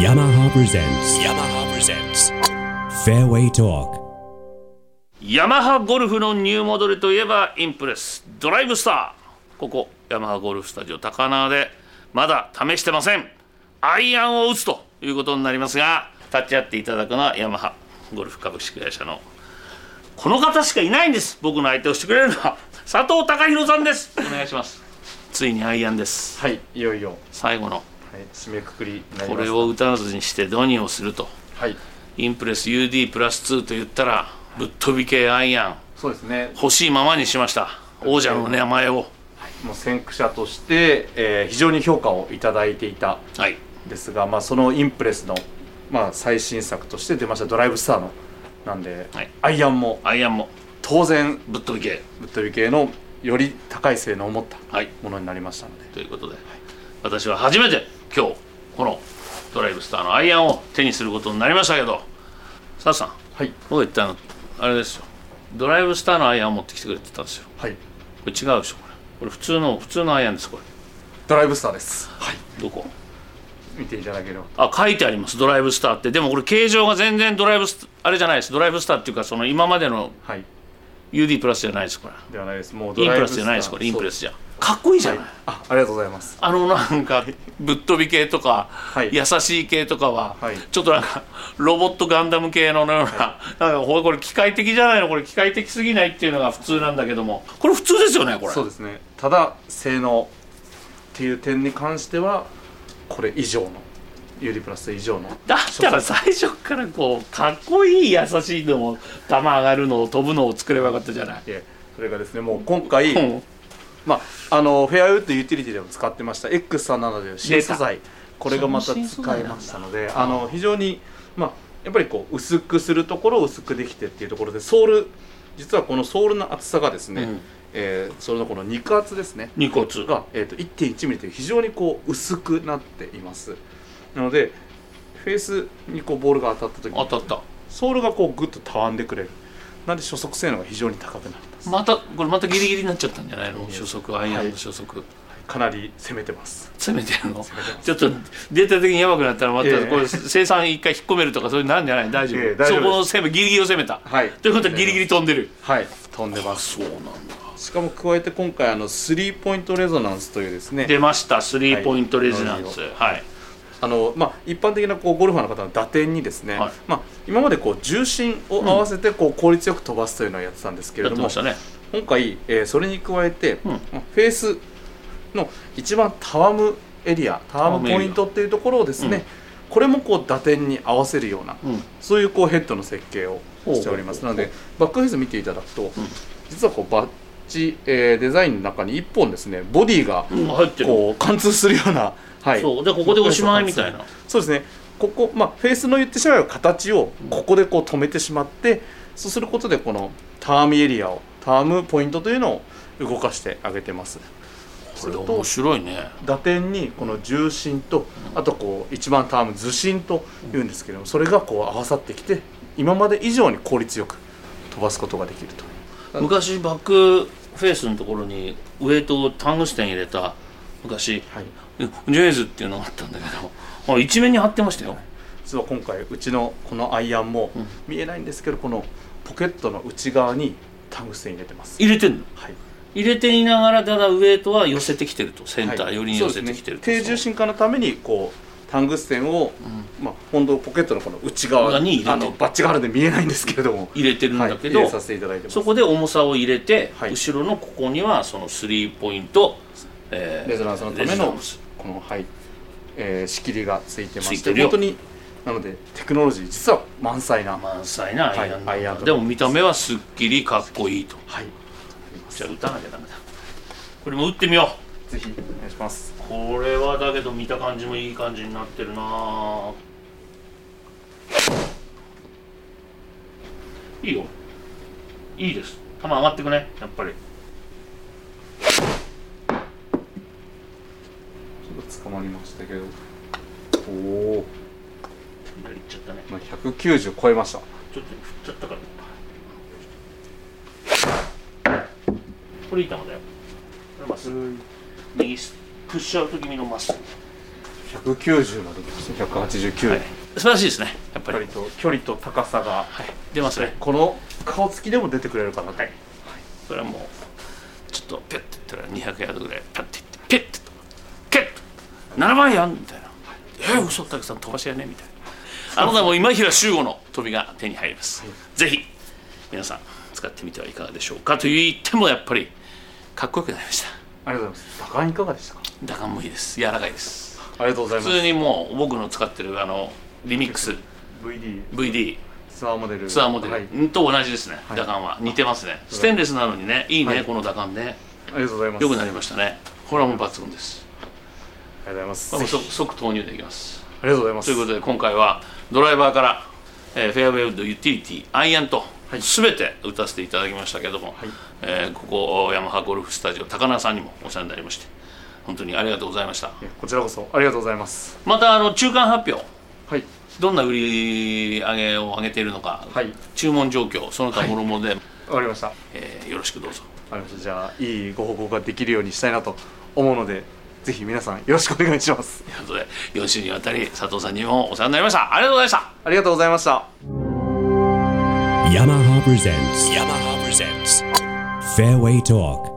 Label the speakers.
Speaker 1: yamaha presents yamaha presents fairway talk
Speaker 2: ヤマハゴルフのニューモデルといえばインプレスドライブスターここヤマハゴルフスタジオ高輪でまだ試してませんアイアンを打つということになりますが立ち会っていただくのはヤマハゴルフ株式会社のこの方しかいないんです僕の相手をしてくれるのは佐藤隆弘さんですお願いしますついにアイアンです
Speaker 3: はい、いよいよ、
Speaker 2: 最後の
Speaker 3: はい、締めくくりになります。
Speaker 2: これを歌わずにしてドニーをすると
Speaker 3: はい、
Speaker 2: インプレス UD プラス2と言ったらぶっ飛び系アイアン
Speaker 3: そうですね。
Speaker 2: 欲しいままにしました王者の名前を
Speaker 3: もう先駆者として、えー非常に評価をいただいていた
Speaker 2: はい
Speaker 3: んですが、まあそのインプレスのまあ最新作として出ましたドライブスターのなんで、
Speaker 2: はい
Speaker 3: アイアンも
Speaker 2: アイアンも
Speaker 3: 当然
Speaker 2: ぶっ飛び系
Speaker 3: ぶっ飛び系のより高い性能を持った
Speaker 2: はい
Speaker 3: ものになりましたので、
Speaker 2: ということで私は初めて今日このドライブスターのアイアンを手にすることになりましたけど佐藤さん
Speaker 3: はい、
Speaker 2: 僕が言ったのあれですよドライブスターのアイアンを持ってきてくれって言ったんですよ
Speaker 3: はい、
Speaker 2: これ違うでしょこれこれ普通の普通のアイアンですこれ
Speaker 3: ドライブスターです。はい、
Speaker 2: どこ
Speaker 3: 見ていただければと。
Speaker 2: あ書いてありますドライブスターってでもこれ形状が全然ドライブスあれじゃないですドライブスターっていうかその今までの
Speaker 3: はい、
Speaker 2: UD プラスじゃないですこれ
Speaker 3: ではないです。もう
Speaker 2: インプラス
Speaker 3: ター
Speaker 2: じゃないですこれインプレ
Speaker 3: そ
Speaker 2: スじゃかっこいいじゃ
Speaker 3: う
Speaker 2: な、
Speaker 3: はいい、あ、ありがとうございます。
Speaker 2: あのなんかぶっ飛び系とか、
Speaker 3: い
Speaker 2: 優しい系とかは、
Speaker 3: はい
Speaker 2: ちょっとなんかロボットガンダム系のような,、なんかほらこれ機械的じゃないのこれ機械的すぎないっていうのが普通なんだけどもこれ普通ですよねこれ
Speaker 3: そうですねただ性能っていう点に関してはこれ以上のユーリプラス以上の
Speaker 2: だったら最初からこうかっこいい優しいのも球上がるのを飛ぶのを作ればよかったじゃない、
Speaker 3: いえそれがですねもう今回、
Speaker 2: うん
Speaker 3: まあ、あのフェアウッドユーティリティでも使ってました X37 での新素材これがまた
Speaker 2: その新素
Speaker 3: 使
Speaker 2: 材
Speaker 3: え
Speaker 2: なんだ
Speaker 3: ましたのであの非常に、まあ、やっぱりこう薄くするところを薄くできてっていうところでソール実はこのソールの厚さがですね、
Speaker 2: うん
Speaker 3: えーそれのこの肉厚ですね
Speaker 2: 二骨
Speaker 3: が、えー、と1.1ミリという非常にこう薄くなっていますなのでフェースにこうボールが当たった時
Speaker 2: 当
Speaker 3: に
Speaker 2: たった
Speaker 3: ソールがこうグッとたわんでくれるなので初速性能が非常に高くなります
Speaker 2: またこれまたギリギリになっちゃったんじゃないの初速アイアン
Speaker 3: は
Speaker 2: の
Speaker 3: い
Speaker 2: 初速、
Speaker 3: かなり攻めてます
Speaker 2: 詰めてるの
Speaker 3: 攻めてます
Speaker 2: ちょっとデータ的にやばくなったらまた
Speaker 3: ええ
Speaker 2: これ生産一回引っ込めるとかそういうのなんじゃない大丈夫,、
Speaker 3: ええ大丈夫です
Speaker 2: そこの攻めギリギリを攻めた、
Speaker 3: はい
Speaker 2: ということはギリギリ飛んでる
Speaker 3: はい飛んでます
Speaker 2: そうなんだ
Speaker 3: しかも加えて今回あのスリーポイントレゾナンスというですね
Speaker 2: 出ましたスリーポイントレジナンスはい、
Speaker 3: あのまあ、一般的なこうゴルファーの方の打点にですね、
Speaker 2: はい
Speaker 3: まあ、今までこう重心を合わせてこう効率よく飛ばすというのをやってたんですけ
Speaker 2: やっ
Speaker 3: れど
Speaker 2: て
Speaker 3: も、
Speaker 2: ましたね
Speaker 3: 今回、えーそれに加えて、
Speaker 2: うん
Speaker 3: まあフェースの一番たわむエリアたわむポイントっていうところをですね、
Speaker 2: うん
Speaker 3: これもこう打点に合わせるような、
Speaker 2: うん
Speaker 3: そういうこうヘッドの設計をしております
Speaker 2: ほう
Speaker 3: な
Speaker 2: ほうほう
Speaker 3: のでバックフェース見ていただくと、実はこうバッジ、えーデザインの中に1本ですねボディが
Speaker 2: うん入ってる
Speaker 3: こう貫通するような、はい、
Speaker 2: そうでここでおしまいみたいな
Speaker 3: そうですねここ、まあ、フェースの言ってしまえば形をここでこう止めてしまって、そうすることでこのタームエリアをタームポイントというのを動かしてあげてます
Speaker 2: これ面白いね
Speaker 3: 打点にこの重心とあとこう一番ターム図心というんですけれどもそれがこう合わさってきて今まで以上に効率よく飛ばすことができると
Speaker 2: 昔バックフェースのところにウエイトをタングステン入れた昔
Speaker 3: はい
Speaker 2: ジェイズっていうのがあったんだけどあ一面に貼ってましたよ
Speaker 3: 実は今回うちのこのアイアンも見えないんですけどこのポケットの内側にタングステン入れてます
Speaker 2: 入れてんの
Speaker 3: はい
Speaker 2: 入れていながらただウエイトは寄せてきてるとセンター
Speaker 3: はい
Speaker 2: 寄りに寄せてきてる
Speaker 3: そう
Speaker 2: と、
Speaker 3: ですね低重心化のためにこうタングステンを、まあ、本当ポケットのこの内側
Speaker 2: 裏に入れて
Speaker 3: あのバッチがあるんで見えないんですけれども
Speaker 2: 入れてるんだけど、
Speaker 3: はい、入れさせていただいてます
Speaker 2: そこで重さを入れて、
Speaker 3: はい
Speaker 2: 後ろのここにはそのスリーポイント、えー
Speaker 3: レゾナンスのた
Speaker 2: レ
Speaker 3: め
Speaker 2: ゾナ
Speaker 3: の
Speaker 2: ンス
Speaker 3: この、はいえー仕切りがついてま
Speaker 2: つい
Speaker 3: してて
Speaker 2: るよ
Speaker 3: 本当になのでテクノロジー実は満載な、
Speaker 2: 満載なアイアン,、
Speaker 3: はいアイアンだ
Speaker 2: でも見た目はすっきりかっこいいと
Speaker 3: はい
Speaker 2: じゃあ打たなきゃダメだこれも打ってみよう
Speaker 3: ぜひお願いします
Speaker 2: これはだけど見た感じもいい感じになってるなぁいいよいいです球上がってくねやっぱり
Speaker 3: ちょっと捕まりましたけど
Speaker 2: 左
Speaker 3: おお、
Speaker 2: 行っちゃったね
Speaker 3: まあ、190超えました
Speaker 2: ちょっと振っちゃったから。これいい球だよ。これまっすぐ。右す、プッシュアウト気味のまっすぐ。
Speaker 3: 190まで行きました189、
Speaker 2: はい、素晴らしいですねやっぱ
Speaker 3: やっ
Speaker 2: り、
Speaker 3: ぱりと距離と高さが、
Speaker 2: 出ますね
Speaker 3: この顔つきでも出てくれるかなと、
Speaker 2: それはもうちょっとペッて言ったら200ヤードぐらいパッていってペッてケッと7番やんみたいな「えー、嘘たくさん飛ばしやね」みたいなあなたも今平周吾の飛びが手に入ります、ぜひ皆さん使ってみてはいかがでしょうかと言ってもやっぱりかっこよくなりました
Speaker 3: ありがとうございます打感いかがでしたか
Speaker 2: 打感もいいです柔らかいです
Speaker 3: ありがとうございま
Speaker 2: 普通にもう僕の使ってるあのリミックス
Speaker 3: VD
Speaker 2: VD
Speaker 3: ツアーモデル
Speaker 2: ツアーモデル、
Speaker 3: はい、あり
Speaker 2: んと同じですね、
Speaker 3: はい
Speaker 2: 打感は似てますねステンレスなのにねいいね、
Speaker 3: はい
Speaker 2: この打感ね
Speaker 3: がとうございます
Speaker 2: よくなりましたねこれはもう抜群です
Speaker 3: ありがとうございます
Speaker 2: これも
Speaker 3: ぜひ
Speaker 2: 即即投入できます
Speaker 3: ありがとうございます
Speaker 2: ということで今回はドライバーから、えーフェアウェイウッドユーティリティアイアンと全て打たせていただきましたけれども、えーここヤマハゴルフスタジオ高輪さんにもお世話になりまして本当にありがとうございました
Speaker 3: いやこちらこそありがとうございます
Speaker 2: またあの中間発表
Speaker 3: はい
Speaker 2: どんな売り上げを上げているのか、
Speaker 3: はい
Speaker 2: 注文状況その他もろもろで、
Speaker 3: わかりましたわ
Speaker 2: えーよろしくどうぞ
Speaker 3: かりましたじゃあいいご報告ができるようにしたいなと思うのでぜひ皆さんよろしくお願いします
Speaker 2: ということで4週にわたり佐藤さんにもお世話になりましたありがとうございました
Speaker 3: ありがとうございました
Speaker 1: Yamaha presents. Yamaha presents. Fairway Talk.